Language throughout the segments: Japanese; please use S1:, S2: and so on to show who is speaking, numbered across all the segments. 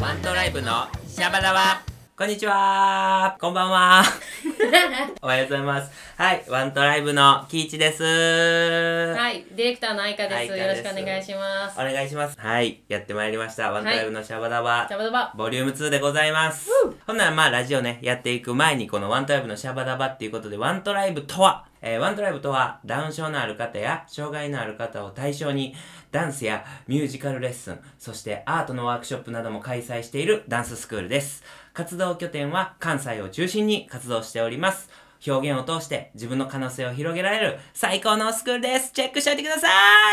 S1: ワントライブのシャバダワこんにちはこんばんは おはようございます。はい、ワントライブのキイチです。は。
S2: はいい、ディレクターの愛花です。
S1: 愛
S2: よ
S1: 花
S2: ろ
S1: で
S2: し
S1: す
S2: くお願いします。
S1: お願いします。はい、やってまいりました。ワントライブのシャバダワ、
S2: ジャバドバ。
S1: ボリューム2でございます。ほんならまあラジオね、やっていく前にこのワントライブのシャバダバっていうことで、ワントライブとは、えーワントライブとは、ダウン症のある方や、障害のある方を対象に、ダンスやミュージカルレッスン、そしてアートのワークショップなども開催しているダンススクールです。活動拠点は関西を中心に活動しております。表現を通して自分の可能性を広げられる最高のスクールです。チェックしておいてくださ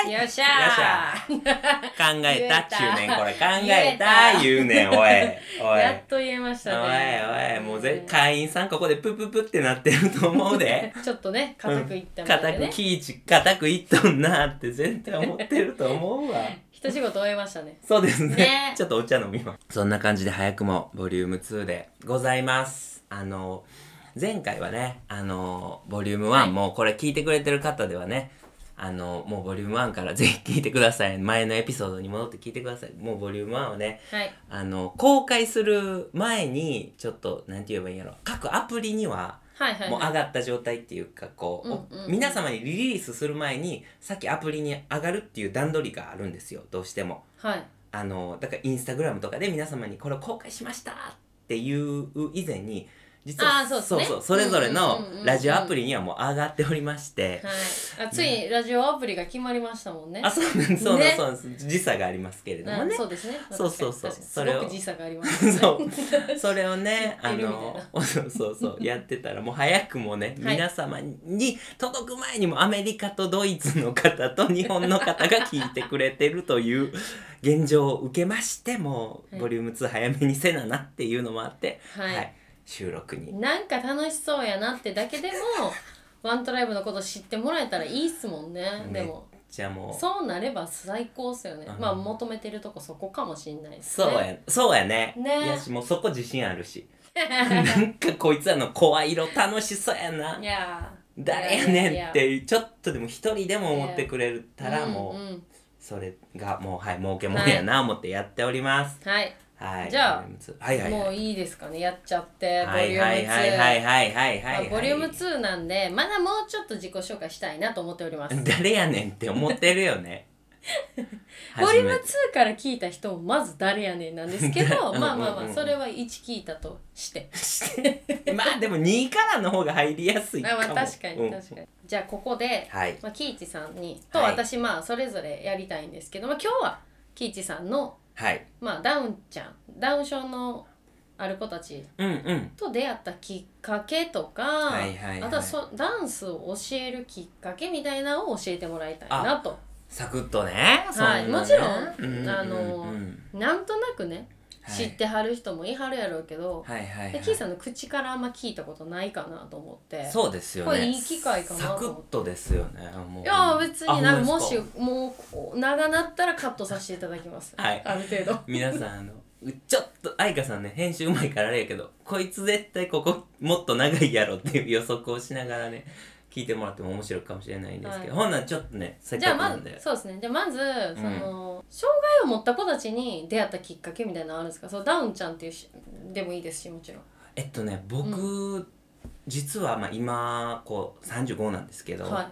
S1: い
S2: よっしゃー
S1: 考えたっちゅうねんこれ考
S2: 言
S1: え
S2: え
S1: た
S2: た
S1: 言うねんおいおい
S2: やっと言えました
S1: おい
S2: ね。
S1: おいもうぜ会員さんここでプププってなってると思う で
S2: ちょっとね、固くいったみたい
S1: 固
S2: で
S1: く
S2: ね。
S1: キイチ固くいっとんなって全然思ってると思う わ
S2: 一仕事終えましたね。
S1: そうですね
S2: ね
S1: ちょっとお茶飲みますそんな感じで早くもボリューム2でございますあの前回はねあのボリューム1、
S2: はい
S1: もうこれ聞いてくれてる方ではねあのもうボリューム1からぜひ聞いてください前のエピソードに戻って聞いてくださいもうボリューム1をね
S2: はい。
S1: あの公開する前にちょっとなんて言えばいいんやろ各アプリには
S2: はいはい
S1: もう上
S2: は
S1: がった状態っていうかこう、
S2: うんうんうん
S1: 皆様にリリースする前にさっきアプリに上がるっていう段取りがあるんですよどうしても
S2: い。はい。
S1: あのだからインスタグラムとかで皆様にこれを公開しましたっていう以前に実は
S2: あーそうですね
S1: そうそれぞれの
S2: うんうんうんうん
S1: ラジオアプリにはもう上がっておりまして、
S2: はい。あ、ついにラジオアプリが決まりましたもんね。
S1: あそうなんですそうなんです
S2: ね
S1: そうなんです時差がありますけれども
S2: うん
S1: ね
S2: そうですね。
S1: そうそうそう
S2: 確かに
S1: それを
S2: すごく時差がありま す。
S1: そう。それをね、あ
S2: 知ってるみたい
S1: の、そうそうそう、 やってたら、もう早くもね、
S2: はい
S1: 皆様に届く前にもアメリカとドイツの方と日本の方が聞いてくれてるという現状を受けまして、もう、
S2: はい
S1: ボリューム2早めにせななっていうのもあって、
S2: はい
S1: 収録に。
S2: なんか楽しそうやなってだけでも、ワントライブのこと知ってもらえたらいいっすもんね。でも。
S1: じゃあもう、
S2: そうなれば最高っすよね
S1: うん。
S2: まあ求めてるとこそこかもしんないです、ね。
S1: そうや、そうやね。
S2: ね
S1: いやし、もうそこ自信ある し。なんかこいつらの声色楽しそうやな
S2: い。やー
S1: 誰や
S2: い
S1: ねん
S2: や
S1: っ
S2: いや
S1: ていう、ちょっとでも一人でも思ってくれたらもう、
S2: んん
S1: それがもうはい儲けもんやな思ってやっております
S2: はい、
S1: はい
S2: じゃあ
S1: ボリュームツーはいはいはい
S2: もういいですかねやっちゃって、
S1: はいはいはいはいはいはいはいはい
S2: ボリューム2、まあ、ボリューム2なんでまだもうちょっと自己紹介したいなと思っております
S1: 誰やねん って思ってるよね
S2: ボリューム
S1: 初めて
S2: 2から聞いた人もまず誰やねんなんです け
S1: うんうん
S2: ど
S1: うん
S2: まあまあまあそれは1聞いたと して
S1: まあでも2からの方が入りやすいか
S2: あ
S1: も
S2: まあ確かに確か
S1: に
S2: に、じゃあここで、
S1: はい
S2: まあ、キイチさんにと
S1: はい
S2: 私まあそれぞれやりたいんですけど、まあ、今日はキイチさんの、
S1: はい
S2: まあ、ダウンちゃんダウン症のある子たち
S1: うんうん
S2: と出会ったきっかけとか、
S1: いはいはい
S2: あとはそダンスを教えるきっかけみたいなのを教えてもらいたいなと、
S1: サクッとねそんな
S2: は
S1: ね
S2: い、もちろ
S1: うんうんうんう
S2: ん、
S1: ん
S2: あのなんとなくね
S1: はい
S2: 知ってはる人もいはるやろうけど、
S1: はいはいは
S2: で
S1: い
S2: キーさんの口からあんま聞いたことないかなと思って
S1: そうですよ
S2: こ
S1: ね
S2: れいい機会かな
S1: サ
S2: と
S1: ク
S2: 思
S1: ッ
S2: って
S1: とですよねもう
S2: いや別
S1: あ
S2: になんか
S1: ほんま
S2: も
S1: です
S2: しもうこう長なったらカットさせていただきます、
S1: はい
S2: ある程度
S1: 皆さんあのちょっと愛花さんね編集うまいからあれやけどこいつ絶対ここもっと長いやろっていう予測をしながらね聞いてもらっても面白いかもしれないんですけど、ほんならちょっとねせっ
S2: じ
S1: か
S2: ゃあ
S1: く
S2: ま
S1: なんで
S2: ずそうですねじゃあまず
S1: ん
S2: その、障害を持った子たちに出会ったきっかけみたいなのあるんですかそうダウンちゃんっていうしでもいいですしもちろん
S1: えっとね僕、実はまあ今こう35なんですけど二十、
S2: は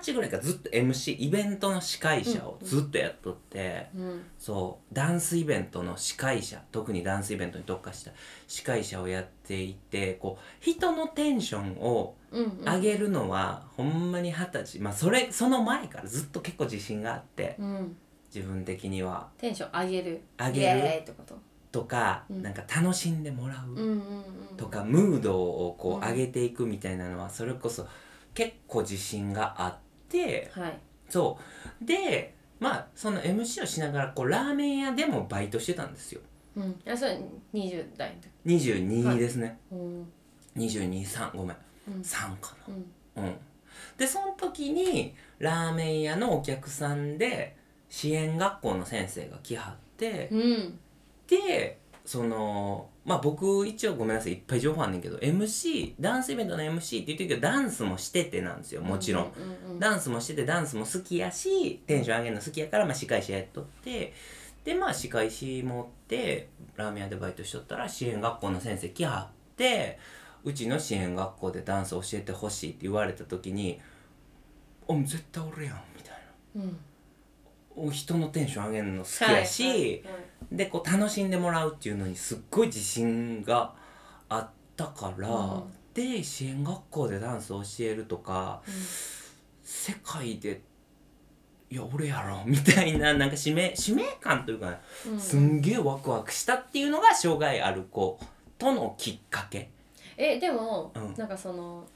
S1: 歳ぐらいからずっと MC イベントの司会者をずっとやっとって。
S2: い、うん、
S1: そうダンスイベントの司会者特にダンスイベントに特化した司会者をやっていてこう人のテンションを
S2: うんうん
S1: 上げるのは、ほんまに二十歳まあそれその前からずっと結構自信があって
S2: うん
S1: 自分的には
S2: テンション上げる
S1: 上げる
S2: イエーイってこと
S1: とか、
S2: うん
S1: なんか楽しんでもら
S2: う
S1: う
S2: んうんうん
S1: とか、ムードをこう
S2: うん
S1: 上げていくみたいなのはそれこそ結構自信があって
S2: はい
S1: そうでまあその MC をしながらこうラーメン屋でもバイトしてたんですよ
S2: うんあそれ20代の時は
S1: 22
S2: い
S1: ですね、
S2: うん
S1: 223ごめん
S2: うん
S1: 3か
S2: うん
S1: なうんでその時にラーメン屋のお客さんで支援学校の先生が来はって
S2: うん
S1: でそのまあ僕一応ごめんなさいいっぱい情報あんねんけど MC ダンスイベントの MC って言ってるけどダンスもしててなんですよもちろん、
S2: ううう
S1: ダンスもしててダンスも好きやしテンション上げるの好きやから、まあ、司会者やっとってでまあ歯科医師持ってラーメン屋でバイトしとったら支援学校の先生来はってうちの支援学校でダンス教えてほしいって言われた時に「あもう絶対俺やん」みたいな
S2: うん
S1: お人のテンション上げるの好きやし、
S2: はいはいはい
S1: でこう楽しんでもらうっていうのにすっごい自信があったから、
S2: うん
S1: で支援学校でダンス教えるとか世界でいや俺やろみたいな なんか使命使命感というか、
S2: うんうん
S1: すんげえワクワクしたっていうのが障害ある子とのきっかけ。
S2: えでも、
S1: うん
S2: なんかその、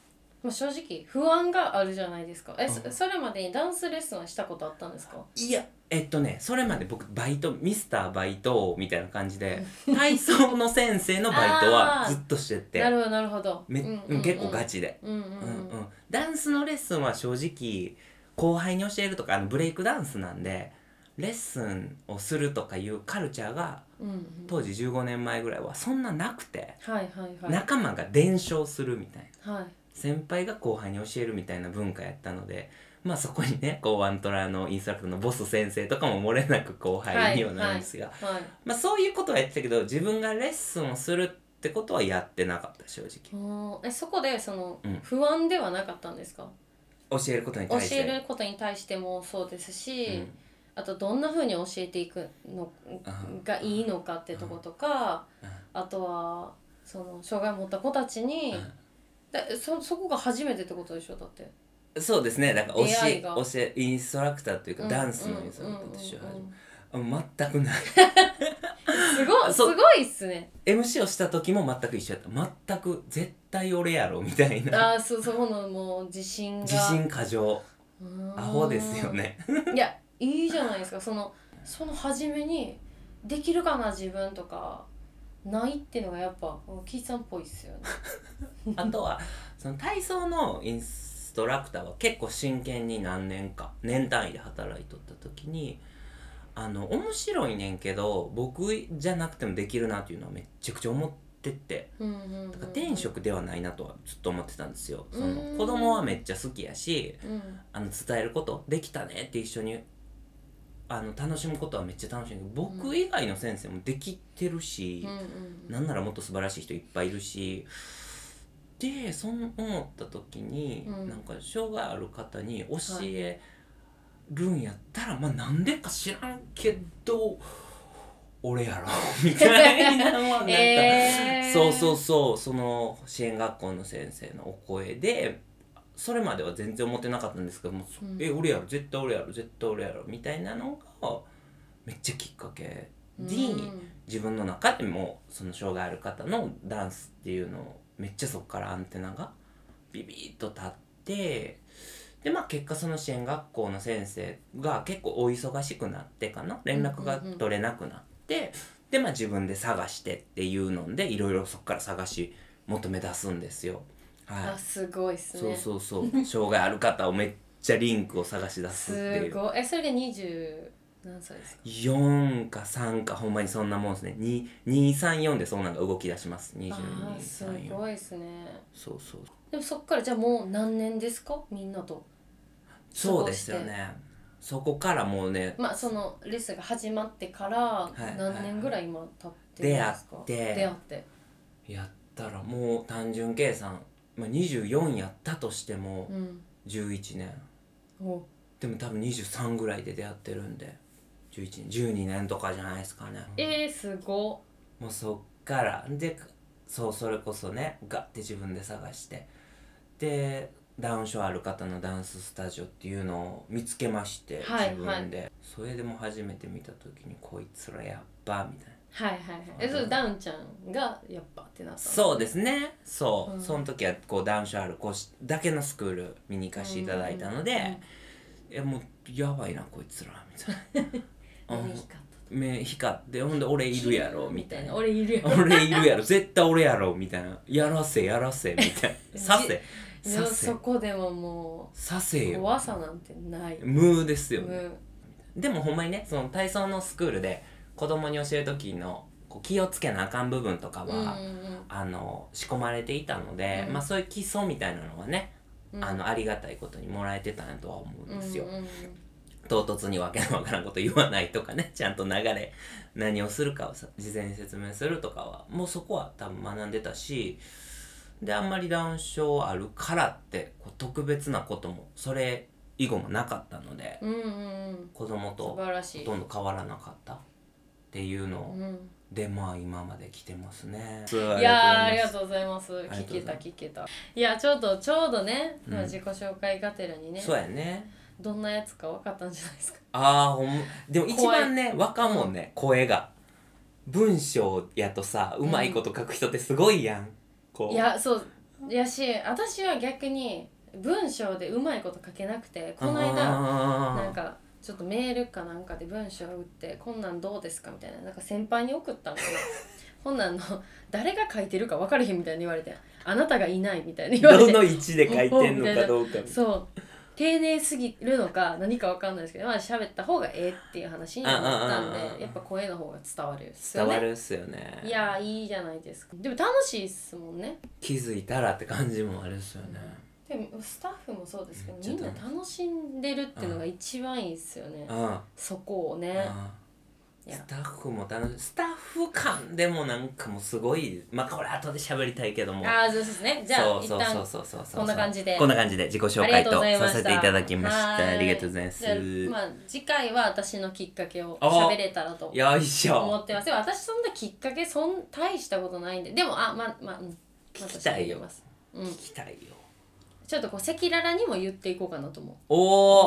S2: まあ、正直不安があるじゃないですかえ、そ
S1: うん
S2: それまでにダンスレッスンはしたことあったんですか
S1: いやえっとねそれまで僕バイトミスターバイトみたいな感じ で体操の先生のバイトはずっとしてて
S2: なるほどなるほど
S1: め、
S2: うん
S1: うん結構ガチで
S2: うんうん
S1: う
S2: うん
S1: うん
S2: ん
S1: ダンスのレッスンは正直後輩に教えるとかあのブレイクダンスなんでレッスンをするとかいうカルチャーが
S2: うんうん
S1: 当時15年前ぐらいはそんななくて、
S2: はいはいはい
S1: 仲間が伝承するみたいな
S2: はい
S1: 先輩が後輩に教えるみたいな文化やったのでまあそこにねこうワントラのインストラクターのボス先生とかも漏れなく後輩にはなるんですが、
S2: はい
S1: まあそういうことはやってたけど自分がレッスンをするってことはやってなかった正直
S2: おーえそこでその、
S1: うん
S2: 不安ではなかったんですか
S1: 教えることに
S2: 教
S1: 対して
S2: えることに対してもそうですし、
S1: うん
S2: あとどんな風に教えていくの
S1: うん
S2: がいいのかってとことか、
S1: うん
S2: あとはその障害を持った子たちに、
S1: うん
S2: だそそこが初めてってことでしょだって
S1: そうですねだから教
S2: 出会
S1: え
S2: いが
S1: 教えインストラクターというか、ダンスのインストラクターとしては
S2: うんうんうんうん
S1: 全くない
S2: すごいす
S1: そう
S2: ごいっすね
S1: MC をした時も全く一緒やった全く絶対俺やろみたいな
S2: ああそうそ このもう自信が
S1: 自信過剰
S2: うーん
S1: アホですよね
S2: いやいいじゃないですかそのその初めにできるかな自分とかないっていうのがやっぱキイさんっぽいっすよね
S1: あとはその体操のインストラクターは結構真剣に何年か年単位で働いとった時にあの面白いねんけど僕じゃなくてもできるなっていうのはめっちゃくちゃ思ってて
S2: うんうんうんうん
S1: だから転職ではないなとはずっと思ってたんですよ。その
S2: うん
S1: 子供はめっちゃ好きやし
S2: うん
S1: あの伝えることできたねって一緒にあの楽しむことはめっちゃ楽しいけど僕以外の先生もできてるし
S2: うんう、ん
S1: なんならもっと素晴らしい人いっぱいいるしでそう思った時に、
S2: うん
S1: なんか障害ある方に教えるんやったら、まあなんでか知らんけど俺 やろみたいなのはなんか、
S2: えー
S1: そうそうそうその支援学校の先生のお声でそれまでは全然思ってなかったんですけどもう、
S2: うん
S1: え俺やろ絶対俺やろ絶対俺やろみたいなのがめっちゃきっかけ
S2: うん
S1: で、自分の中でもその障害ある方のダンスっていうのをめっちゃそこからアンテナがビビッと立ってでまあ結果その支援学校の先生が結構お忙しくなってかな連絡が取れなくなって、でまあ自分で探してっていうのでいろいろそこから探し求め出すんですよ。は
S2: あすごい
S1: い、
S2: っす
S1: そう
S2: ね
S1: そうそう障害ある方をめっちゃリンクを探し出すってい
S2: す
S1: う。
S2: ごいえそれが20何歳ですか
S1: 4か3かほんまにそんなもんですね234でそうなんか動き出します
S2: あーす
S1: 2234
S2: ごいっすね
S1: そうそう
S2: でもそっからじゃあもう何年ですかみんなと
S1: そうですよねそこからもうね
S2: まあそのレッスンが始まってから
S1: い
S2: 何年ぐらい今経ってるんですか、
S1: 出会って
S2: 出会って
S1: やったらもう単純計算、まあ、24やったとしても
S2: うん
S1: 11年
S2: お
S1: でも多分23ぐらいで出会ってるんで11年12年とかじゃないですかね
S2: えー、すご
S1: もうそっからでそうそれこそねガッて自分で探してでダウン症ある方のダンススタジオっていうのを見つけまして、
S2: はい
S1: 自分でそれでも初めて見た時にこいつらやっばみたいな
S2: はいはいはいえそれダウンちゃんがやっぱってなった
S1: そうですねそう、
S2: うん
S1: その時はこうダウン症ある子だけのスクール見に行かせていただいたので、いやもうやばいなこいつらみたい な
S2: うん、
S1: う
S2: うん
S1: ん
S2: 目光った
S1: 目光ってほんで俺いるやろみたいな
S2: 俺いるやろ
S1: 俺いるやろ絶対俺やろみたいなやらせやらせみたいなさせ
S2: いや
S1: させ
S2: そこでもも
S1: させ
S2: う
S1: よ
S2: 怖さなんてない
S1: ムーですよ
S2: う
S1: ね
S2: ん
S1: でもほんまにねその体操のスクールで子供に教える時のこう気をつけなあかん部分とかは、
S2: うん
S1: あの仕込まれていたので、
S2: うん
S1: まあそういう基礎みたいなのはね、
S2: うん
S1: あのありがたいことにもらえてたんやとは思うんですよ、
S2: うんうん
S1: 唐突にわけのわからんこと言わないとかね ちゃんと流れ何をするかをさ事前に説明するとかはもうそこは多分学んでたしであんまりダウン症あるからってこう特別なこともそれ以後もなかったので
S2: うんうんうん
S1: 子供
S2: 素
S1: と
S2: 晴らし
S1: ほ
S2: い
S1: とんど変わらなかったっていうの
S2: う
S1: を
S2: ん
S1: でまあ今まで来てますね
S2: いやーありが
S1: う
S2: とうございます
S1: ありがとうご
S2: 聞
S1: ざ
S2: け
S1: いま
S2: た
S1: す
S2: 聞けたいやちょうどちょうどね、
S1: うん
S2: まあ自己紹介がてらにね
S1: そうやね
S2: どんなやつか分かったんじゃないですか
S1: ああほんまでも一
S2: 怖い
S1: 番ね若もんね声が文章やとさうまいこと書く人ってすごいやんこう
S2: いやそうやし私は逆に文章でうまいこと書けなくてこの間
S1: 間
S2: なんかちょっとメールかなんかで文章打ってこんなんどうですかみたいななんか先輩に送った のよこんなんの誰が書いてるか分かれへんみたいに言われてあなたがいないみたいに言わ
S1: ど
S2: れて
S1: の位置で書いてんのかどうか
S2: そう丁寧すぎるのか何か分かんないですけどまあ喋った方がええっていう話になったん
S1: うんうんうんうん
S2: でやっぱ声の方が伝わるっす よ
S1: 伝わ
S2: ね
S1: るっすよね
S2: いやーいいじゃないですかでも楽しいっすもんね
S1: 気づいたらって感じもあるっすよね
S2: でもスタッフもそうですけど
S1: めっちゃ
S2: みんな楽しんでるっていうのが一番いいっすよね
S1: うんうん
S2: そこをねいや
S1: スタッフも楽しいスタッフ感でもなんかもうすごいまあこれ後で喋りたいけども
S2: ああそうですねじゃあ一
S1: そうそう
S2: 旦
S1: そうそうそうそう
S2: こんな感じで
S1: こんな感じで自己紹介
S2: ありがとう
S1: と
S2: ございま
S1: さ
S2: した
S1: せていただきました
S2: はい
S1: ありがとうございます
S2: じゃあまあ次回は私のきっかけを
S1: あー
S2: 喋れたらと
S1: よいし
S2: 思
S1: ょ
S2: ってますでも私そんなきっかけそん大したことないんででもあまあまあうん
S1: 聞きたいよ
S2: また喋ります、うん
S1: 聞、きたいよ
S2: ちょっとこう赤裸々にも言っていこうかなと思
S1: お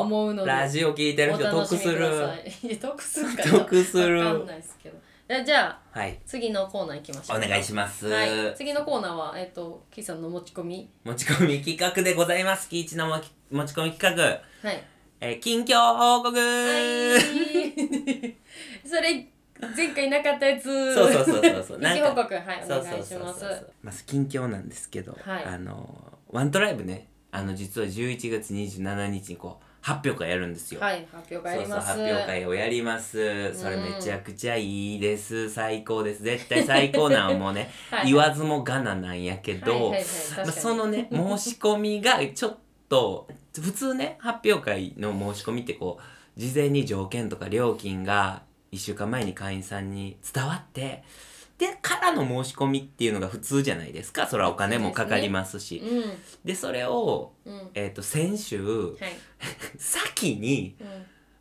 S1: お
S2: 思うので
S1: ラジオ聞いてる
S2: うお
S1: 人
S2: 楽
S1: 得
S2: しみ
S1: す
S2: く
S1: る
S2: ださいいや得するかな
S1: 得する
S2: わかんないですけどじゃあじゃあ
S1: はい
S2: 次のコーナー行きましょ
S1: お
S2: う
S1: 願いします、
S2: はい、次のコーナーは、えっと、キイさんの持ち込み。
S1: 持ち込み企画でございますキイチの持ち持ち込み企画
S2: はい。
S1: えー近況報告、
S2: はい。 それ、前回なかったやつ。
S1: そうそうそうそうそう
S2: 一
S1: なん
S2: 報
S1: か
S2: 告、はい、お
S1: そうそ
S2: 願
S1: う
S2: いし
S1: そう
S2: ます
S1: そ。うまず近況なんですけど、
S2: はい
S1: あのワントライブねあの実は11月27日にこう発表会やるんですよ、
S2: はい、発表会あ
S1: そう
S2: り
S1: そう
S2: ます。
S1: 発表会をやりますそれめちゃくちゃいいです最高です絶対最高 なんはもうね
S2: はい
S1: 言わずもがななんやけど、
S2: はいはいはい確か
S1: ま
S2: に
S1: あ、そのね 申し込みがちょっと普通ね発表会の申し込みってこう事前に条件とか料金が1週間前に会員さんに伝わってでからの申し込みっていうのが普通じゃないですかそれはお金もかかりますしでそれを、
S2: うん、うん。
S1: えー、と先週
S2: はい。
S1: 先に
S2: うん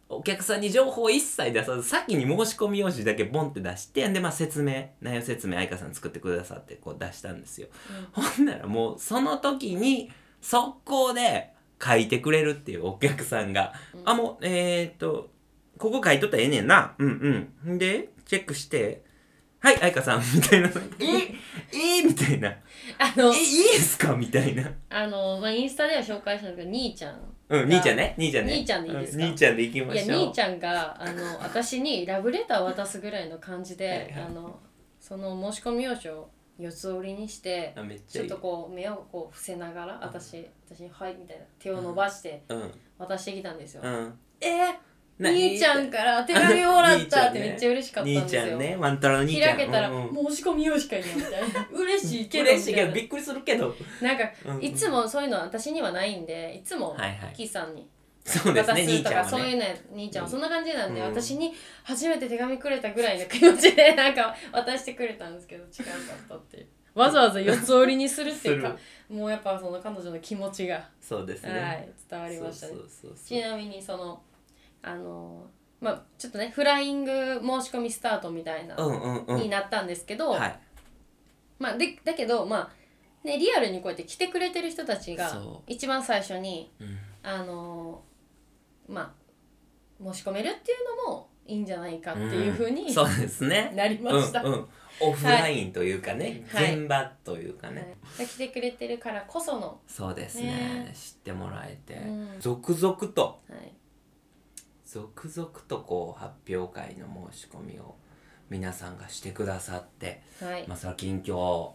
S1: お客さんに情報を一切出さず先に申し込み用紙だけボンって出してでまあ説明内容説明愛花さん作ってくださってこう出したんですよ ほんならもうその時に速攻で書いてくれるっていうお客さんが「
S2: うん
S1: あもうえー、っとここ書いとったらええねんなうんうん」んでチェックして「はい愛花さん」みたい な「ええみたいな「
S2: あの
S1: え、いいですか?」みたいな。
S2: あの、まあ、インスタでは紹介したんですけど、兄ちゃん。
S1: うん、兄ちゃんね兄ちゃんね
S2: 兄ちゃんでいいですか
S1: う兄ちゃんでいきま
S2: いや、
S1: しょう、
S2: 兄ちゃんが、あの、私にラブレター渡すぐらいの感じで
S1: はいはい
S2: あの、その申し込み用紙を四つ折りにして、
S1: あめっち
S2: ち
S1: ゃ
S2: ょ
S1: い
S2: っ
S1: い
S2: とこう目をこう伏せながら私私に「はい」みたいな手を伸ばして
S1: うん
S2: 渡してきたんですよ。
S1: うん
S2: えー、
S1: な
S2: 兄ちゃんから手紙をもらったってめっちゃ嬉しかったん
S1: 兄
S2: です
S1: ち
S2: よ。
S1: ゃんねワントラの兄ちゃん
S2: 開けたら
S1: うんうん
S2: 申し込み用しかいないみたいな嬉しいけど
S1: 嬉しいけど
S2: みた
S1: びっくりするけど
S2: いななんか
S1: うんうん
S2: いつもそういうのは私にはないんでいつも
S1: はいはい
S2: キーさんに
S1: そうです
S2: 渡
S1: ね
S2: す
S1: 兄
S2: と
S1: ち
S2: か
S1: ゃん
S2: そ
S1: は
S2: うい
S1: ね
S2: うの兄ちゃんはそんな感じなんで
S1: うん
S2: 私に初めて手紙くれたぐらいの気持ちでなんか渡してくれたんですけど違うかったっていうわざわざ四つ折りにするっていう
S1: す
S2: か
S1: る
S2: もうやっぱその彼女の気持ちが。
S1: そうですね
S2: はい、伝わりましたね
S1: そうそうそう
S2: ちなみにそのあのまあちょっとねフライング申し込みスタートみたいな、
S1: そううんうんうん
S2: になったんですけど、
S1: はい
S2: まあでだけどまあねリアルにこうやって来てくれてる人たちが
S1: そ
S2: 一番最初に
S1: うん
S2: あのまあ申し込めるっていうのもいいんじゃないかっていうふうに、
S1: んそうですね
S2: なりました、
S1: うんうんオフラインというかね
S2: はい
S1: 現場というか
S2: はい
S1: ね
S2: で来てくれてるからこその、
S1: そうですね
S2: ね
S1: 知ってもらえて
S2: うん
S1: 続々と
S2: はい、
S1: 続々とこう発表会の申し込みを皆さんがしてくださって
S2: はい
S1: まあそれは近況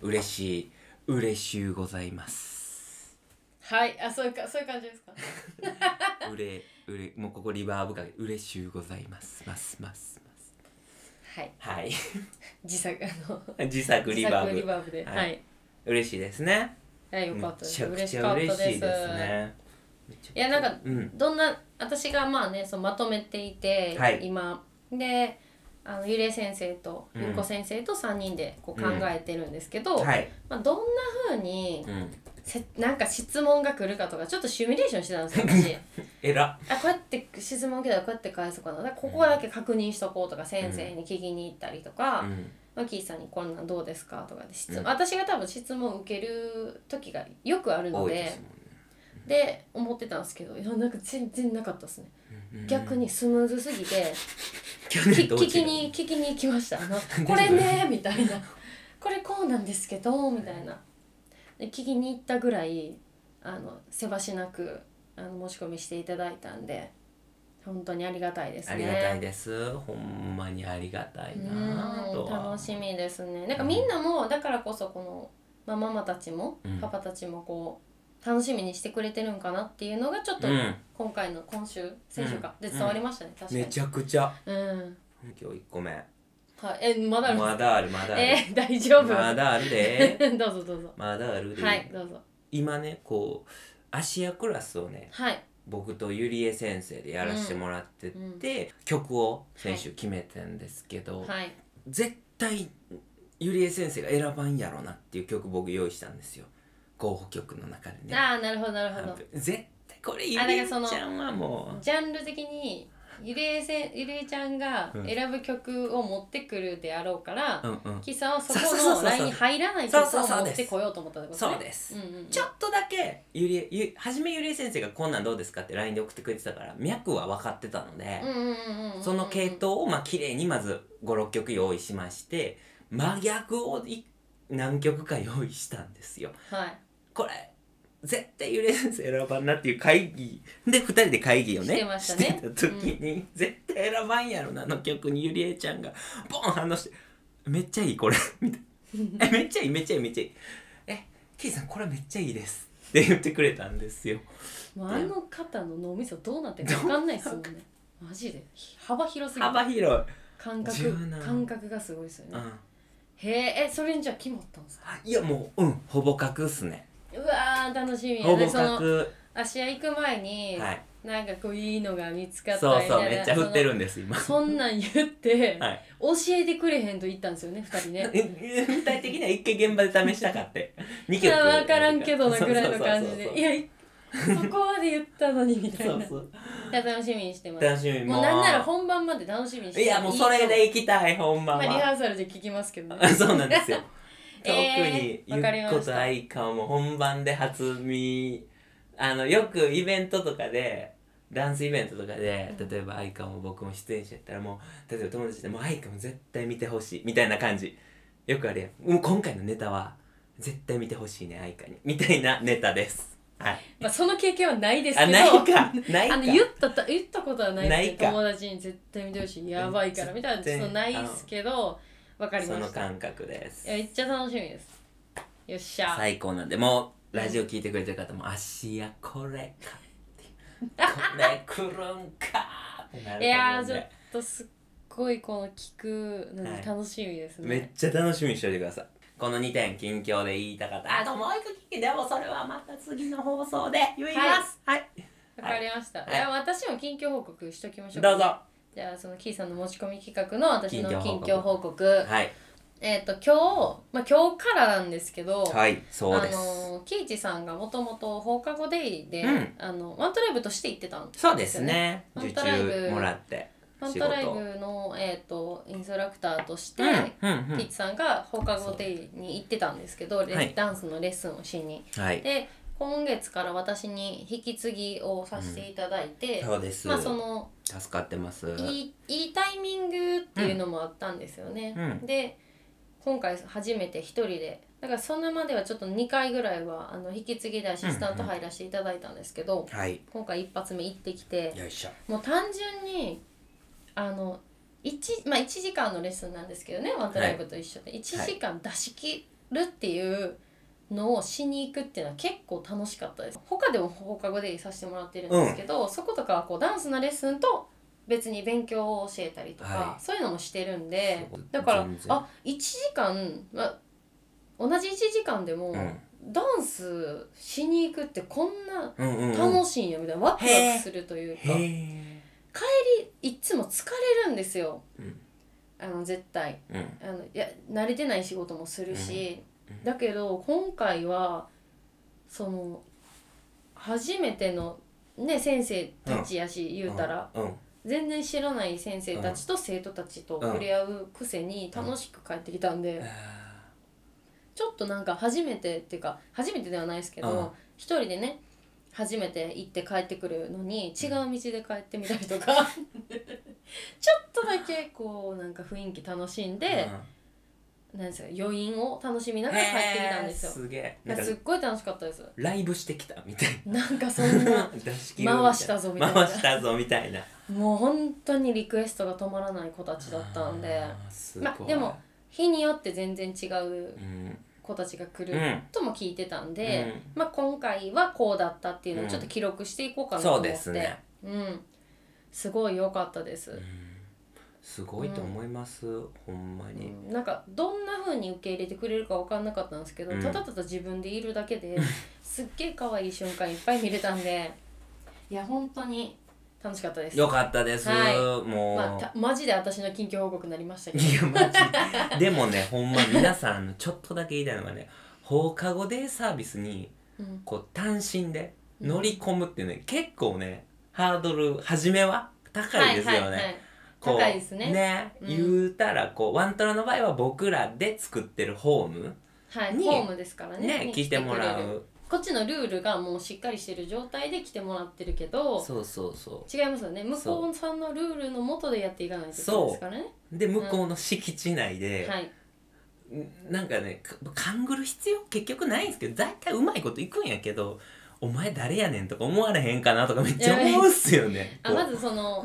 S1: 嬉しい嬉しゅうござい ます
S2: はい、あそういうかそういう感じですか
S1: うれうれもうここリバーブかけ嬉しゅうございますますますます
S2: はい
S1: はい
S2: 自作あの
S1: 自作リバーブ
S2: 自作リバーブで
S1: はい
S2: はい
S1: 嬉しいですね
S2: いや、よ
S1: め
S2: かったで
S1: ち
S2: す。
S1: ゃく
S2: 嬉
S1: ち
S2: しか
S1: ゃ
S2: った
S1: 嬉
S2: で
S1: し
S2: す。
S1: いですねめちゃくちゃ
S2: いやなんか
S1: うん
S2: どんな私がまあねそのまとめていて、
S1: はい
S2: 今であのゆりえ先生とゆっこ先生と3人でこう考えてるんですけど、
S1: はい、
S2: まあ、どんな風に
S1: うん、
S2: せなんか質問が来るかとかちょっとシミュレーションしてたんですよ
S1: えら
S2: 私 あこうやって質問来たらこうやって返そうかなだからここだけ確認しとこうとか先生に聞きに行ったりとか、
S1: うん
S2: マキーさんにこんなんどうですかとかで質問、
S1: うん
S2: 私が多分質問受ける時がよくあるの
S1: 多い
S2: で
S1: です
S2: で思ってたんですけどいやなんか全然なかったですね、
S1: もんね
S2: 逆にスムーズすぎて
S1: 去
S2: き
S1: 年と
S2: 聞
S1: 落ち
S2: き
S1: る
S2: に聞きに行きまし たあの「これね」 みたいな「これこうなんですけど」みたいなで聞きに行ったぐらいあのせばしなくあの申し込みしていただいたんで本当にありがたいですね
S1: ありがたいですほんまにありがたいなぁと
S2: うん
S1: は
S2: 楽しみですねなんかみんなもだからこそこの、まあ、ママたちも、
S1: うん
S2: パパたちもこう楽しみにしてくれてるんかなっていうのがちょっと
S1: うん
S2: 今回の今週先週か、
S1: うん
S2: で伝わりましたね、確か
S1: め
S2: に
S1: ちゃくちゃ
S2: うん
S1: 今日1個目
S2: はいえまだある
S1: まだあるまだある、
S2: えー、大丈夫
S1: まだある で
S2: どうぞどうぞ
S1: まだあるで、
S2: はいどうぞ
S1: 今ねこうアシアクラスをね
S2: はい
S1: 僕とゆりえ先生でやらせてもらってて、
S2: うん
S1: 曲を先週決めてんですけど、
S2: はい
S1: 絶対ゆりえ先生が選ばんやろなっていう曲僕用意したんですよ候補曲の中でね
S2: ああなるほどなるほど
S1: 絶対これゆ
S2: あ
S1: り
S2: だ
S1: え
S2: か
S1: ち
S2: ら
S1: ゃ
S2: その
S1: んはも
S2: ジャンル的にゆりえせんゆりえちゃんが
S1: うん
S2: 選ぶ曲を持ってくるであろうから、
S1: う、うんうん、
S2: キさんはそこ
S1: そうそうそうそ
S2: の
S1: う
S2: ラインに入らない曲を持ってこようと思ったってこと
S1: そう
S2: ね。
S1: です、
S2: うんうんうん
S1: ちょっとだけゆりえゆはじめゆりえ先生がこんなんどうですかって LINE で送ってくれてたから脈は分かってたので、
S2: うんうんうんうん
S1: その系統をまあ綺麗にまず56曲用意しまして真逆をい何曲か用意したんですよ
S2: はい
S1: これ絶対ゆれ先生選ばんなっていう会議で2人で会議をね
S2: してましたね
S1: てた時に、絶対選ばんやろなの曲にゆりえちゃんがボン反応して「めっちゃいいこれ」みたいな「えめっちゃいいめっちゃいいめっちゃいい」「えキーさんこれめっちゃいいです」って言ってくれたんですよ
S2: もうあの方の脳みそどうなってるか分かんないですもんねマジで幅広すぎる
S1: 幅広い、
S2: 感
S1: 柔
S2: 覚
S1: 軟
S2: 感覚がすごいですよ
S1: う
S2: ね、
S1: ん、
S2: へええそれにじゃあ決まったんですか
S1: いやもううんほぼ角っすね
S2: うわー楽しみや
S1: ほぼ
S2: でその
S1: 角
S2: 芦屋行く前に、
S1: はい
S2: なんかこういいのが見つかった
S1: そう
S2: み
S1: そう
S2: たいな
S1: めっちゃ振ってるんです今
S2: そのそんなん言って、
S1: はい
S2: 教えてくれへんと言ったんですよね二人ね
S1: え具体的には一回現場で試した かって2曲
S2: 分からんけどなぐらいの感じ
S1: そうそうそうそう
S2: でいやいそこまで言ったのにみたいな
S1: そう
S2: い
S1: そう
S2: や楽しみにしてます
S1: 楽しみ
S2: もうなんなら本番まで楽しみにして
S1: いやもうそれで行きたいほんま
S2: まあ、リハ
S1: は
S2: ーサルで聞きますけど
S1: あ そうなんですよ特
S2: え
S1: に
S2: ー
S1: ゆっことあいかも本番で初見あのよくイベントとかでダンスイベントとかで
S2: うん
S1: 例えばあいかも僕も出演者やったらもう例えば友達でもうあいかも絶対見てほしいみたいな感じよくあれやんもう今回のネタは絶対見てほしいねあいかにみたいなネタですはい
S2: まあその経験はないですけ
S1: あ
S2: ど
S1: ないかないか
S2: あの言ったと言ったことはないで
S1: ない
S2: すけど
S1: か
S2: 友達に絶対見てほしいやばいからみたいなちょっとないですけどわかり
S1: そ
S2: ま
S1: の
S2: したい
S1: 感覚です
S2: やめっちゃ楽しみですよっしゃ
S1: 最高なんでもうラジオ聞いてくれてる方も「足やこれか」って「これ来るんか」ってなる
S2: いやー
S1: と
S2: ちょ
S1: 思
S2: っとすっごいこの聞くのに楽しみです
S1: うんで
S2: ね、
S1: めっちゃ楽しみにしておいてくださいこの2点近況で言いたかったあともう一個聞きでもそれはまた次の放送で言いますはい、
S2: わかりました、
S1: はい
S2: いや私も近況報告しときましょうか
S1: どうぞは
S2: じゃあそのキーさんの持ち込み企画の私の近
S1: 近
S2: 況
S1: 況
S2: 報
S1: 報
S2: 告
S1: い
S2: えっ、と今日、まあ、今日からなんですけど、
S1: はいそうです、
S2: あのーキイチさんがもともと放課後デイで、
S1: うん
S2: あのワントライブとして行ってたん
S1: そうですね
S2: ワン
S1: 受
S2: トライブ
S1: 注もらって
S2: ワン
S1: 仕
S2: トライ
S1: 事
S2: ブの、えっとインストラクターとして、
S1: うんうんう
S2: キイ
S1: ん
S2: チさんが放課後デイに行ってたんですけど、レッ
S1: はい
S2: ダンスのレッスンをしに。
S1: はい
S2: で今月から私に引き継ぎをさせていただいて、
S1: そうです、
S2: まあその
S1: 助かってます
S2: いいいいタイミングっていうのもあったんですよね、
S1: うん
S2: で今回初めて一人でだからそんなまではちょっと2回ぐらいはあの引き継ぎでアシスタント入らせていただいたんですけど、
S1: はい
S2: 今回一発目行ってきて
S1: よいしょ
S2: もう単純にあの 1,、まあ、1時間のレッスンなんですけどねワントライブと一緒で、1時間出し切るっていうのをしに行くっていうのは結構楽しかったです他でも放課後でさせてもらってるんですけど、そことかはこうダンスのレッスンと別に勉強を教えたりとか、
S1: は
S2: そういうのもしてるんです
S1: ごい
S2: だから
S1: 全然
S2: あ1時間、まあ、同じ1時間でも
S1: うん
S2: ダンスしに行くってこんな
S1: うんうんうん
S2: 楽しいんやみたいなワクワクするというか
S1: へえ
S2: いっつも疲れるんですよ
S1: うん
S2: あの絶対
S1: うん
S2: あのいや慣れてない仕事もするし、
S1: うんうん
S2: だけど今回はその初めてのね先生たちやし、言うたら、
S1: うん
S2: 全然知らない先生たちと生徒たちと触れ合うくせに楽しく帰ってきたんで、
S1: あ
S2: ちょっとなんか初めてっていうか初めてではないですけど、
S1: うん
S2: 一人でね初めて行って帰ってくるのに違う道で帰ってみたりとか ちょっとだけこうなんか雰囲気楽しん
S1: ー
S2: で
S1: う、ん
S2: なんですか余韻を楽しみながら帰ってきたんですよ
S1: へー。すげえ
S2: い
S1: な
S2: や
S1: んか
S2: すっごい楽しかったです。
S1: ライブしてきたみたい
S2: なんかそ
S1: な
S2: んな
S1: 出し切るみたいな
S2: 回したぞみたいな
S1: 回したぞみたいな
S2: もう本当にリクエストが止まらない子たちだったんで
S1: あーすごい
S2: まあでも日によって全然違う
S1: うん
S2: 子たちが来
S1: う
S2: る
S1: ん
S2: とも聞いてたんで、まあ今回はこうだったっていうのをちょっと記録していこうかなと
S1: そ
S2: 思
S1: う
S2: って、
S1: ですね
S2: うんすごい良かったです、
S1: すごいと思いますほんまに
S2: うんなんかどんな風に受け入れてくれるか分かんなかったんですけど、
S1: うん
S2: ただただ自分でいるだけ ですっげえ可愛い瞬間いっぱい見れたんでいや本当に楽しかったです
S1: よかったです
S2: は
S1: もう
S2: まあ、たマジで私の近況報告になりましたけど
S1: いやマジでもねほんま皆さんあのちょっとだけ言いたいのがね放課後デイサービスに
S2: うん
S1: こう単身で乗り込むっていうね結構ねハードル初めは高いですよね、
S2: はいはいはい
S1: こう
S2: 高いですねうん
S1: 言うたらこうワントラの場合は僕らで作ってるホーム
S2: はい、
S1: に
S2: ホームですからね
S1: ね
S2: に
S1: 来てもら
S2: 来てくれる
S1: う
S2: こっちのルールがもうしっかりしてる状態で来てもらってるけど
S1: そうそうそ
S2: 違いますよね向こうさんのルールのもとでやっていかないといけないですからね
S1: うで向こうの敷地内で、
S2: はい
S1: なんかねか勘ぐる必要結局ないんですけど大体うまいこといくんやけどお前誰やねんとか思われへんかなとかめっちゃ思うっすよね。
S2: あ
S1: こう
S2: まずその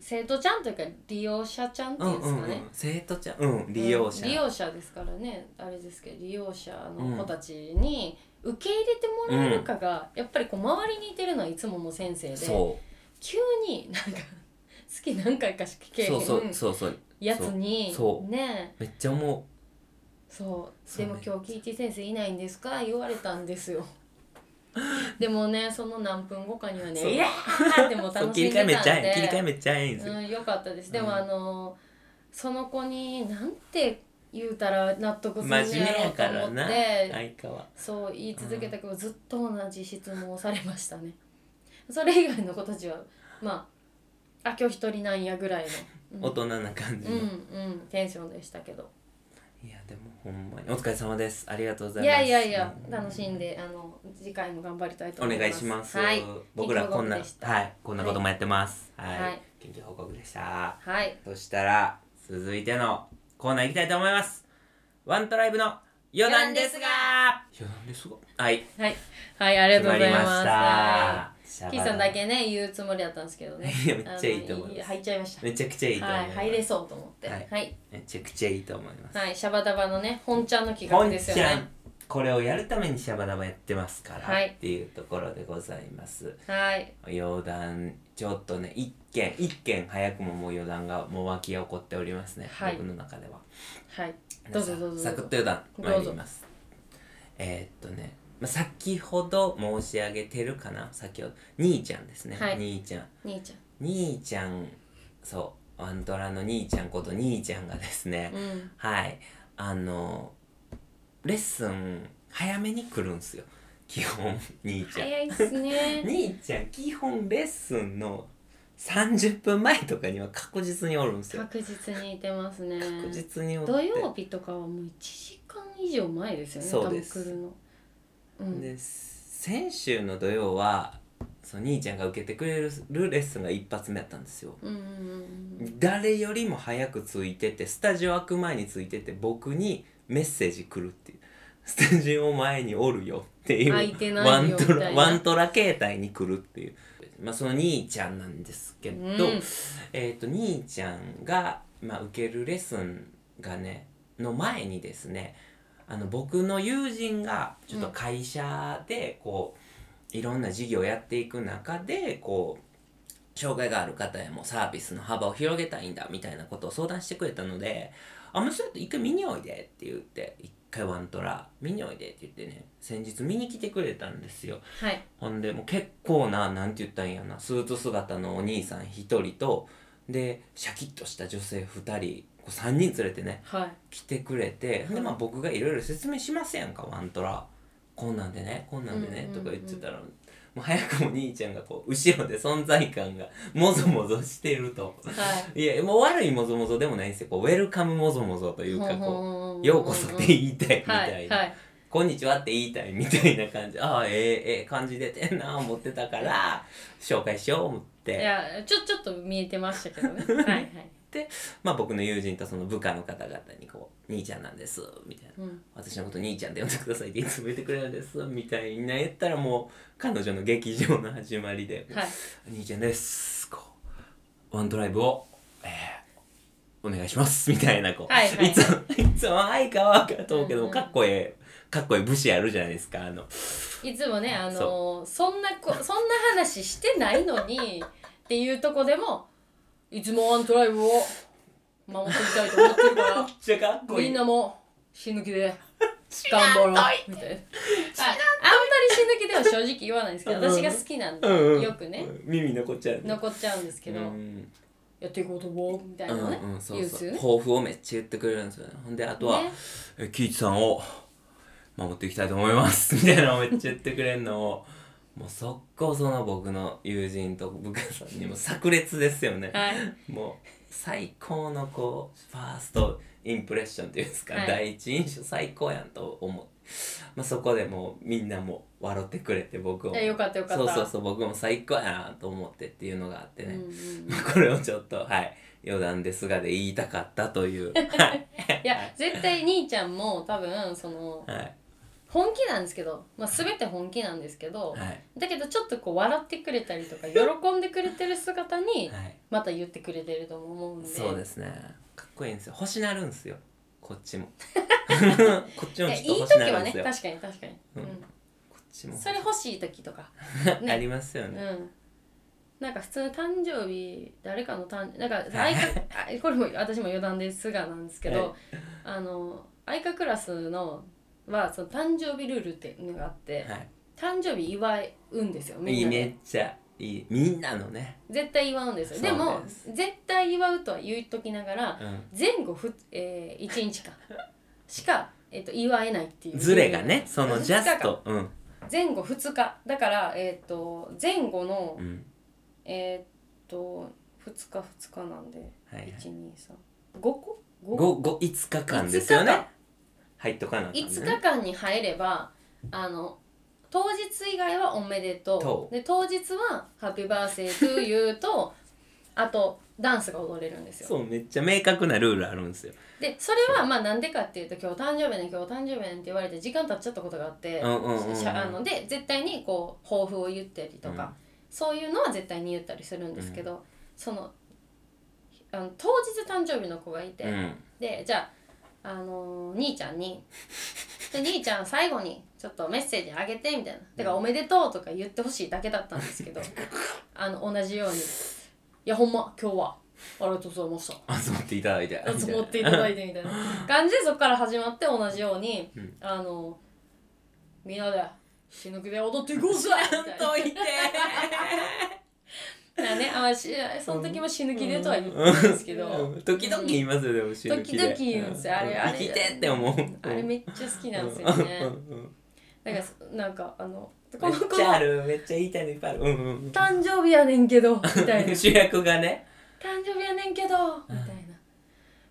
S2: 生徒ちゃんというか利用者ちゃんっていうんですかね、
S1: うんうんうん、生徒ちゃん、うん、利用者、
S2: うん利用者ですからねあれですけど利用者の子たちに受け入れてもらえるかが、やっぱりこう周りにいてるのはいつもの先生で
S1: そ
S2: 急になんか 月何回かしか聞
S1: う
S2: けへ
S1: そうんそうそうそう
S2: やつに
S1: そうそう
S2: ねえ
S1: めっちゃ思
S2: そう
S1: そうね
S2: でも今日聞いて先生いないんですか言われたんで すよでもねその何分後かには
S1: そう
S2: ね「いやー!」ってもう
S1: うそう
S2: 楽
S1: 切
S2: し
S1: り
S2: んで
S1: 替
S2: た
S1: え
S2: ん
S1: め
S2: で
S1: っちゃええ切り替えめっちゃええんですよ、
S2: うん、よかったですでも、
S1: うん
S2: あのその子になんて言うたら納得するんや
S1: 真面目
S2: ろ
S1: や
S2: うと
S1: か
S2: 思
S1: ら
S2: っ
S1: な
S2: て、
S1: 相川は
S2: そう言い続けたけど、ずっと同じ質問をされましたねそれ以外の子たちはまああ今日一人なんやぐらい の、
S1: 大人な感じ
S2: うん、
S1: の、
S2: うんうんテンションでしたけど
S1: いやでもほんまにお疲れ様ですありがとうござい
S2: い
S1: ます
S2: やいやいや楽
S1: い
S2: しんであの次回も頑張りたいと
S1: お
S2: 思います
S1: 願いします、
S2: はい
S1: 僕らこんな
S2: 近況報告でした
S1: はいこんなこともやってますはい、
S2: はい
S1: 緊急報告でした
S2: はい
S1: そしたら続いてのコーナー行きたいと思いますワントライブの余談ですが余談ですがはい
S2: はい、はい、ありがとうございま
S1: 決ま
S2: すはい
S1: りました
S2: キーさんだけね言うつもりだったんですけどね
S1: いやめっちゃいいと思います
S2: あの入っちゃいました
S1: めちゃくちゃいいと思い
S2: は
S1: ま
S2: い
S1: す、
S2: 入れそうと思って
S1: は
S2: はいいはい、
S1: めちゃくちゃいいと思います、
S2: シャバダバのね本ちゃんの企画
S1: 本
S2: ですよ
S1: ちゃ
S2: ね
S1: んこれをやるためにシャバダバやってますから、
S2: はい
S1: っていうところでございます
S2: はい
S1: 余談ちょっとね一件一件早くももう余談がもう湧き起こっておりますね、
S2: はい
S1: 僕の中では
S2: はいどうぞどうぞ
S1: サクッと余談参りますえー、っとね、まあ、先ほど申し上げてるかな先ほど兄ちゃんですね、
S2: はい
S1: 兄ちゃん
S2: 兄ち
S1: 兄ちゃんそうワントラの兄ちゃんこと兄ちゃんがですね、
S2: ゃんうん
S1: はいあのレッスン早めに来るんすよ基本兄ちゃん
S2: 早いっすね
S1: 兄ちゃん基本レッスンの30分前とかには確実におるんすよ
S2: 確実にいてますね
S1: 確実におって
S2: 土曜日とかはもう1時間以上前ですよね
S1: そうです
S2: 多分来るのうん
S1: で先週の土曜はその兄ちゃんが受けてくれるレッスンが一発目やったんですよ
S2: うんうんうんうん
S1: 誰よりも早くついててスタジオ開く前についてて僕にメッセージ来るっていうスタジオ前におるよっていう
S2: 空いてな
S1: ワ
S2: い
S1: ン
S2: よ
S1: ト
S2: みた
S1: ラ
S2: いな
S1: ワントラ携帯に来るっていう、まあ、その兄ちゃんなんですけど、
S2: うん
S1: えっ、と兄ちゃんが、まあ、受けるレッスンがねの前にですねあの僕の友人がちょっと会社でこう、いろんな事業やっていく中でこう障害がある方へもサービスの幅を広げたいんだみたいなことを相談してくれたので「あもうそれと一回見においで」って言って一回ワントラ見においでって言ってね先日見に来てくれたんですよ
S2: はい
S1: ほんでもう結構ななんて言ったらいいんやなスーツ姿のお兄さん1人とでシャキッとした女性2人3人連れてね
S2: はい
S1: 来てくれて、で
S2: うん
S1: まあ僕がいろいろ説明しますやんかワントラこんなんでねこんなんでね、
S2: うんうんうん
S1: とか言ってたらもう早くも兄ちゃんがこう後ろで存在感がもぞもぞしてると
S2: はい
S1: いやもう悪いもぞもぞでもないんですよこうウェルカムもぞもぞというかこ
S2: ほんほんほんほん
S1: うようこそって言いたいみ
S2: は
S1: たい
S2: い
S1: な、
S2: はい
S1: こんにちはって言いたいみたいな感じああええええ感じ出てんな思ってたから紹介しよう思っ
S2: い
S1: て
S2: やちょちょっと見えてました けどねはいはい、
S1: まあ僕の友人とその部下の方々にこう「兄ちゃんなんです」みたいな。
S2: うん、
S1: 私のこと兄ちゃんって呼んでくださいっていつも言ってくれるんですみたいな言ったらもう彼女の劇場の始まりで「
S2: はい
S1: 兄ちゃんです」こう「ワンドライブを、えーお願いします」みたいなこう、
S2: はいはい
S1: つもいつも「はいかわ」かと思うけど
S2: うん
S1: も
S2: うん
S1: かっこええかっこええ武士あるじゃないですかあの
S2: いつもねあのそんなこそんな話してないのにっていうとこでもいつもワントライブを守っていきたいと思ってるか
S1: めっちゃかっ
S2: ら
S1: こい
S2: み
S1: い
S2: んなも死ぬ 気で頑張ろうみたいなああんまり死ぬ気では正直言わないんですけど
S1: うん
S2: 私が好きなんで、
S1: うんうん
S2: よくね
S1: 耳残っちゃうね
S2: 残っちゃうんですけど、
S1: うん
S2: やっていこうと思うみたいなのね、
S1: うんうんそう
S2: 言う
S1: そ
S2: つ
S1: う抱負をめっちゃ言ってくれるんですよねほんであとは、
S2: ね
S1: えキイチさんを守っていきたいと思います」 みたいなのをめっちゃ言ってくれるのをもう速攻その僕の友人と部下さんにも炸裂ですよね、
S2: はい
S1: もう最高のこうファーストインプレッションっていうんですか、
S2: はい
S1: 第一印象最高やんと思う、まあ、そこでもうみんなも笑ってくれて僕を
S2: いやよかったよかった
S1: そうそうそう僕も最高やなと思ってっていうのがあって
S2: うん
S1: ね、
S2: うん、い
S1: まあこれをちょっとはい余談ですがで言いたかったと いうはい
S2: や絶対兄ちゃんも多分その
S1: はい
S2: 本気なんですけど、まあ、全て本気なんですけど、
S1: はい
S2: だけどちょっとこう笑ってくれたりとか喜んでくれてる姿に
S1: はい
S2: また言ってくれてると思うんで
S1: そうですねかっこいいんですよ欲しなるんですよこっ ちもこっちもちょ
S2: いや
S1: っ
S2: いい
S1: と欲し
S2: 時
S1: なる
S2: は
S1: んで
S2: ね
S1: すよ
S2: 確かに確かに、うん
S1: こっちも
S2: それ欲しい時とか、ね
S1: ありますよ
S2: う
S1: ね、
S2: ん、なんか普通の誕生日誰かの誕なんか 相方あこれも私も余談ですがなんですけど、
S1: はい
S2: あの相方クラスのはその誕生日ルールっていうのがあって
S1: は
S2: 誕生日祝うんですよ
S1: い
S2: み
S1: いい
S2: んなで
S1: めっちゃいいみんなのね
S2: 絶対祝うんですよで
S1: そ
S2: も
S1: うです
S2: 絶対祝うとは言っときながら
S1: うん
S2: 前後ふ、えー、1日間しか、えっと祝えないっていう
S1: ズレがねその
S2: 二日
S1: ジ
S2: 間
S1: ャストうん
S2: 前後2日だから、えっと前後の、
S1: うん
S2: えっと2日2日なんで、
S1: はいはい
S2: 1235個五
S1: ごご5日間ですよ
S2: 五日
S1: ね入っとかなあかんね
S2: 5日間に入ればあの当日以外はおめでと
S1: と
S2: うで当日は「ハッピーバースデートゥーユー」とあとダンスが踊れるんですよ
S1: そうめっちゃ明確なルールあるんですよ
S2: でそれはまあなんでかっていうと今日誕生日ね今日誕生日ねって言われて時間経っちゃったことがあって、
S1: うんうんうんうん
S2: しゃあので絶対にこう抱負を言ったりとか、
S1: うん
S2: そういうのは絶対に言ったりするんですけど、そのあの当日誕生日の子がいて、
S1: うん
S2: でじゃあ、あのー兄ちゃんに「で兄ちゃん最後にちょっとメッセージあげて」みたいな「てかおめでとう」とか言ってほしいだけだったんですけ どあの同じように「いやほんま今日はありがとうございました」
S1: 集まっていただいて
S2: 集まっていただいてみたいな感じでそこから始まって同じように、
S1: うん
S2: あのみんなで死ぬ気で踊っていこうぜみたいな
S1: といて
S2: だからねあしその時も死ぬ気でとは言ってないんですけど、
S1: うん時々言いますよでも死ぬ気で
S2: 時々言うんですよあれあれ
S1: 生きてって思う
S2: あれめっちゃ好きなんですよね
S1: うんうんうん
S2: だからそなんかあのこ
S1: めっ
S2: の子の
S1: ちゃあるめっちゃ言いたいのいっぱいあるうんうん
S2: 誕生日やねんけどみたいな
S1: うん 主役がね
S2: 誕生日やねんけどみたいな。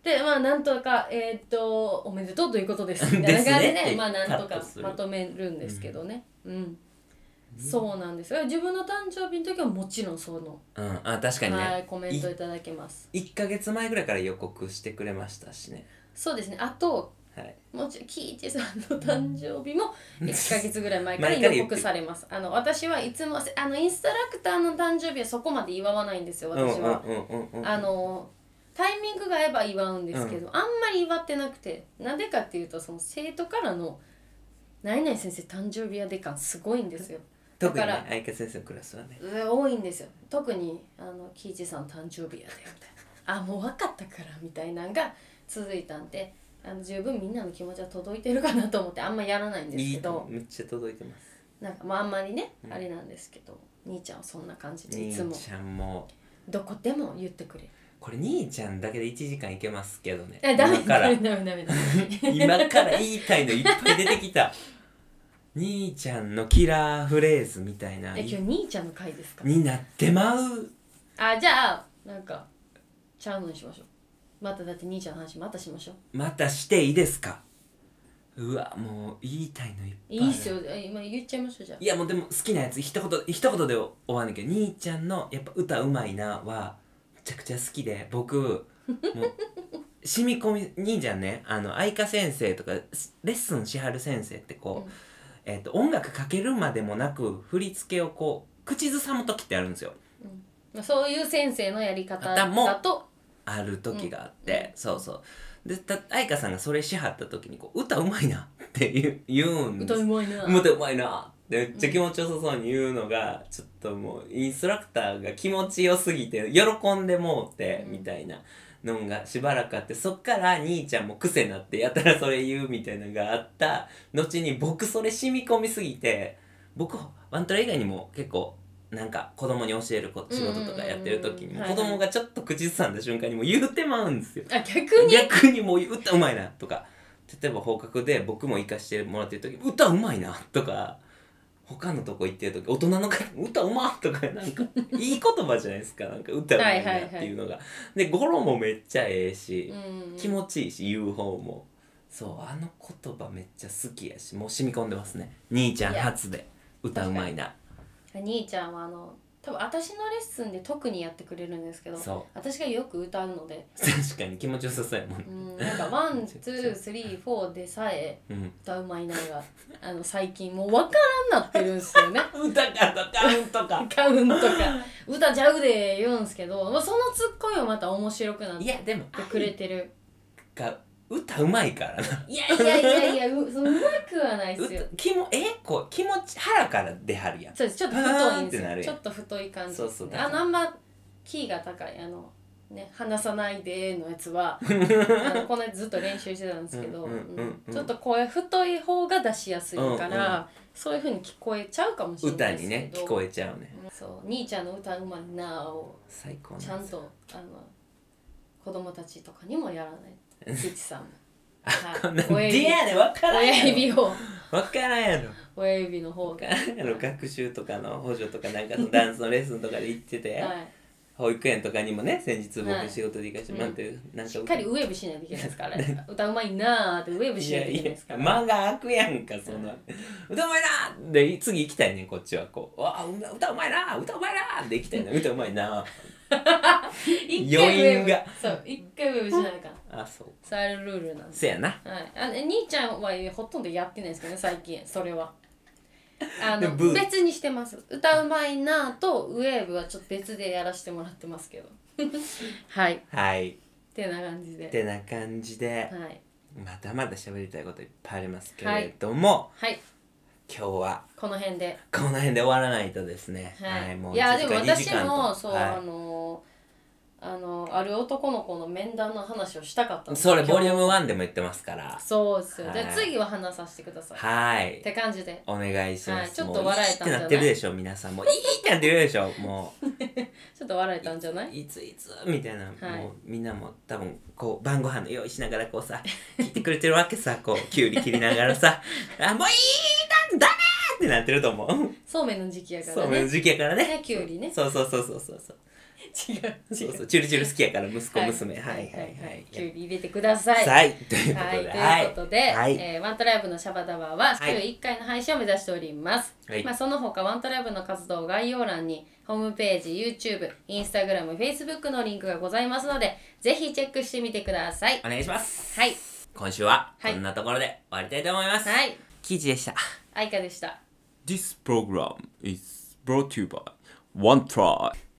S2: でまあなんとかえーっとおめでとうということですみたいな感じ で
S1: ですねって
S2: まあなんと
S1: カッ
S2: か
S1: トする
S2: まとめるんですけどね。うん。そうなんですよ自分の誕生日の時はもちろんその、
S1: うんあ確かに
S2: は
S1: ね
S2: い、コメントいただけます
S1: 1か月前ぐらいから予告してくれましたしね
S2: そうですねあと
S1: はい
S2: もちろんキイチさんの誕生日も
S1: うん
S2: 1か月ぐらい前から
S1: 前から
S2: 予
S1: 言って
S2: 告されますあの私はいつもあのインストラクターの誕生日はそこまで祝わないんですよ私は、
S1: うんうんうんうんうん
S2: あのタイミングが合えば祝うんですけど、あんまり祝ってなくてなんでかっていうとその生徒からの「何々先生誕生日やで感すごいんですよ
S1: 特に
S2: だか
S1: ね
S2: ら
S1: 愛華先生のクラスはね
S2: うわ多いんですよ特にあの喜一さん誕生日やでみたいなあもう分かったからみたいなんが続いたんであの十分みんなの気持ちは届いてるかなと思ってあんまやらないんです
S1: い
S2: け
S1: い
S2: ど
S1: めっちゃ届いてます
S2: なんかまああんまりね、
S1: うん
S2: あれなんですけど兄ちゃんはそんな感じでいつ
S1: 兄
S2: も
S1: ちゃんも
S2: どこでも言ってくれる
S1: これ兄ちゃんだけで1時間いけますけどね
S2: あダメ
S1: 今か
S2: ダ
S1: ら
S2: メダメダメダメ
S1: 今から言いたいのいっぱい出てきた兄ちゃんのキラーフレーズみたいな
S2: え今日兄ちゃんの回ですか
S1: になってまう
S2: あじゃあなんかちゃうのにしましょうまただって兄ちゃんの話またしましょう
S1: またしていいですかうわもう言いたいのいっぱいあ
S2: い
S1: る
S2: いっすよえ今言っちゃいましょうじゃあ
S1: いやもうでも好きなやつ一言一言で終わんねんけど兄ちゃんのやっぱ歌うまいなはめちゃくちゃ好きで僕もう染み込み兄ちゃんねあの愛花先生とかレッスンしはる先生ってこう、
S2: うん
S1: えっと音楽かけるまでもなく振り付けをこう口ずさむ時ってあるんですよ
S2: まあそういう先生のやり方
S1: 方も
S2: だと
S1: ある時があって、そうそうでた愛花さんがそれしはった時にこう歌うまいなって言う言うんです
S2: 歌うまいな
S1: もうでうまいなってめっちゃ気持ちよさそうに言うのが、ちょっともうインストラクターが気持ちよすぎて喜んでもうて、
S2: うん
S1: みたいなのんがしばらくあってそっから兄ちゃんも癖になってやたらそれ言うみたいなのがあった後に僕それ染み込みすぎて僕ワントラ以外にも結構なんか子供に教えるこ仕事とかやってる時に
S2: うんうんうん
S1: も
S2: はいは
S1: 子
S2: い
S1: 供がちょっと口ずさんだ瞬間にもう言うてまうんですよ。
S2: あ逆に
S1: 逆にもう歌うまいなとか例えば放課後で僕も行かしてもらってる時歌うまいなとか他のとこ行ってる時大人の方歌うまとか なんかいい言葉じゃないですかなんか歌うまいなっていうのが、で語呂もめっちゃええし、
S2: うん
S1: 気持ちいいし言う方もそうあの言葉めっちゃ好きやしもう染み込んでますね兄ちゃん初で歌うまいな
S2: 兄ちゃんはあの多分私のレッスンで特にやってくれるんですけど
S1: そ
S2: 私がよく歌うので
S1: う確かに気持ちよさそうやもんね
S2: うんな んかワンツースリーフォーでさえ
S1: うん
S2: 歌うまいながあの最近もう分からんなってるんですよね
S1: 歌からカウント か
S2: カウンとか歌ちゃうで言うんですけど、まあ、そのツッコミもまた面白くなっ
S1: い
S2: て
S1: やでも
S2: くれてる
S1: が歌うまいからな
S2: いやいやいやいや うそのうまくはないですよ
S1: 歌気もえこう気持ち腹から出はるやん
S2: そうですちょっと太いんで
S1: パーンってなる
S2: すよち
S1: や
S2: ょ
S1: ん
S2: っと太い感じ
S1: そうそう
S2: あのあんまキーが高いあのね「離さないで」のやつ はあのこの間ずっと練習してたんですけど
S1: うんうんうんうん
S2: うんちょっと声太い方が出しやすいから、そういうふうに聞こえちゃうかもしれな
S1: 歌
S2: いです
S1: に
S2: けど
S1: ね聞こえちゃうね
S2: うんそう兄ちゃんの歌うまいなあを
S1: 最高
S2: ちゃ
S1: なん
S2: ん
S1: です
S2: とあの子供たちとかにもやらない父さんも、はい
S1: こんなん
S2: 親指
S1: ディアで分からん
S2: 親
S1: やろ
S2: 指を
S1: 分からんやろ
S2: 親指の方
S1: 分
S2: が、
S1: からんやろ学習とかの補助とかなんかのダンスのレッスンとかで行ってて
S2: はい
S1: 保育園とかにもね先日
S2: は
S1: 僕
S2: い
S1: 仕事で行かしてもらってるなんか
S2: しっかりウェーブしないといけないですから、 ね、歌うまいなーってウェーブ
S1: い
S2: しない
S1: や
S2: とい
S1: い
S2: けない
S1: や
S2: ですから、
S1: 間が開くやんかそんな歌うまいなで次行きたいねんこっちはこうわあ歌歌うまいな歌うまいなで行きたいな歌うまいな
S2: 一回ウェーブ
S1: 余韻が
S2: そう一回ウェーブしないかん
S1: あそう
S2: そうあれルールなんです
S1: せやな
S2: はい、あ兄ちゃんはほとんどやってないですけどね最近それはあ
S1: で
S2: の
S1: ブー
S2: 別にしてます歌うまいなーとウェーブはちょっと別でやらせてもらってますけど はい
S1: はい
S2: てな感じで
S1: てな感じで
S2: はい、
S1: まだまだ喋りたいこといっぱいありますけれども、
S2: はい、
S1: 今日は
S2: この辺で
S1: この辺で終わらないとですね
S2: はい、
S1: もう
S2: い
S1: 1
S2: やで
S1: 時
S2: も
S1: 間2時
S2: 私
S1: 間と
S2: もそう、あ
S1: は
S2: のあのある男の子の面談の話をしたかったん
S1: い、
S2: です
S1: それボリュー
S2: ム
S1: ム1でも言ってますから
S2: そうですよ、
S1: は
S2: で
S1: い
S2: 次は話させてください、
S1: はい
S2: って感じで
S1: お願いします、
S2: はいちょっと
S1: もう
S2: 笑えたんじゃない
S1: いいってなってるでしょ皆さんもういいってなってるでしょもう
S2: ちょっと笑えたんじゃない
S1: いついつみたいな、
S2: はい
S1: もうみんなも多分こう晩ご飯の用意しながらこうさ聞いてくれてるわけ さこうきゅうり切りながらさあもういいだダメってなってると思う、
S2: そうめんの時期やか
S1: そ
S2: ら
S1: ういう
S2: ね
S1: 時期やからね
S2: ねきゅう りね
S1: そうそうそうそうそうそう
S2: 違う 違
S1: そうう そう、チュルチュル好きやから、息子、
S2: はい
S1: 娘、はいはいはい。
S2: きゅうり入れてください
S1: はい、というこ
S2: はい、
S1: と
S2: と
S1: で、
S2: いうことで、
S1: はい
S2: えーワントライブのシャバダバは週
S1: はい
S2: 1回の配信を目指しております、
S1: はい
S2: まあ、その他ワントライブの活動概要欄にホームページ YouTube、Instagram、Facebook のリンクがございますのでぜひチェックしてみてください
S1: お願いします。
S2: はい
S1: 今週は、
S2: は
S1: こ
S2: い
S1: んなところで終わりたいと思います。
S2: は。い
S1: キジでした。
S2: 愛花でした
S3: This program is brought to you by One Try.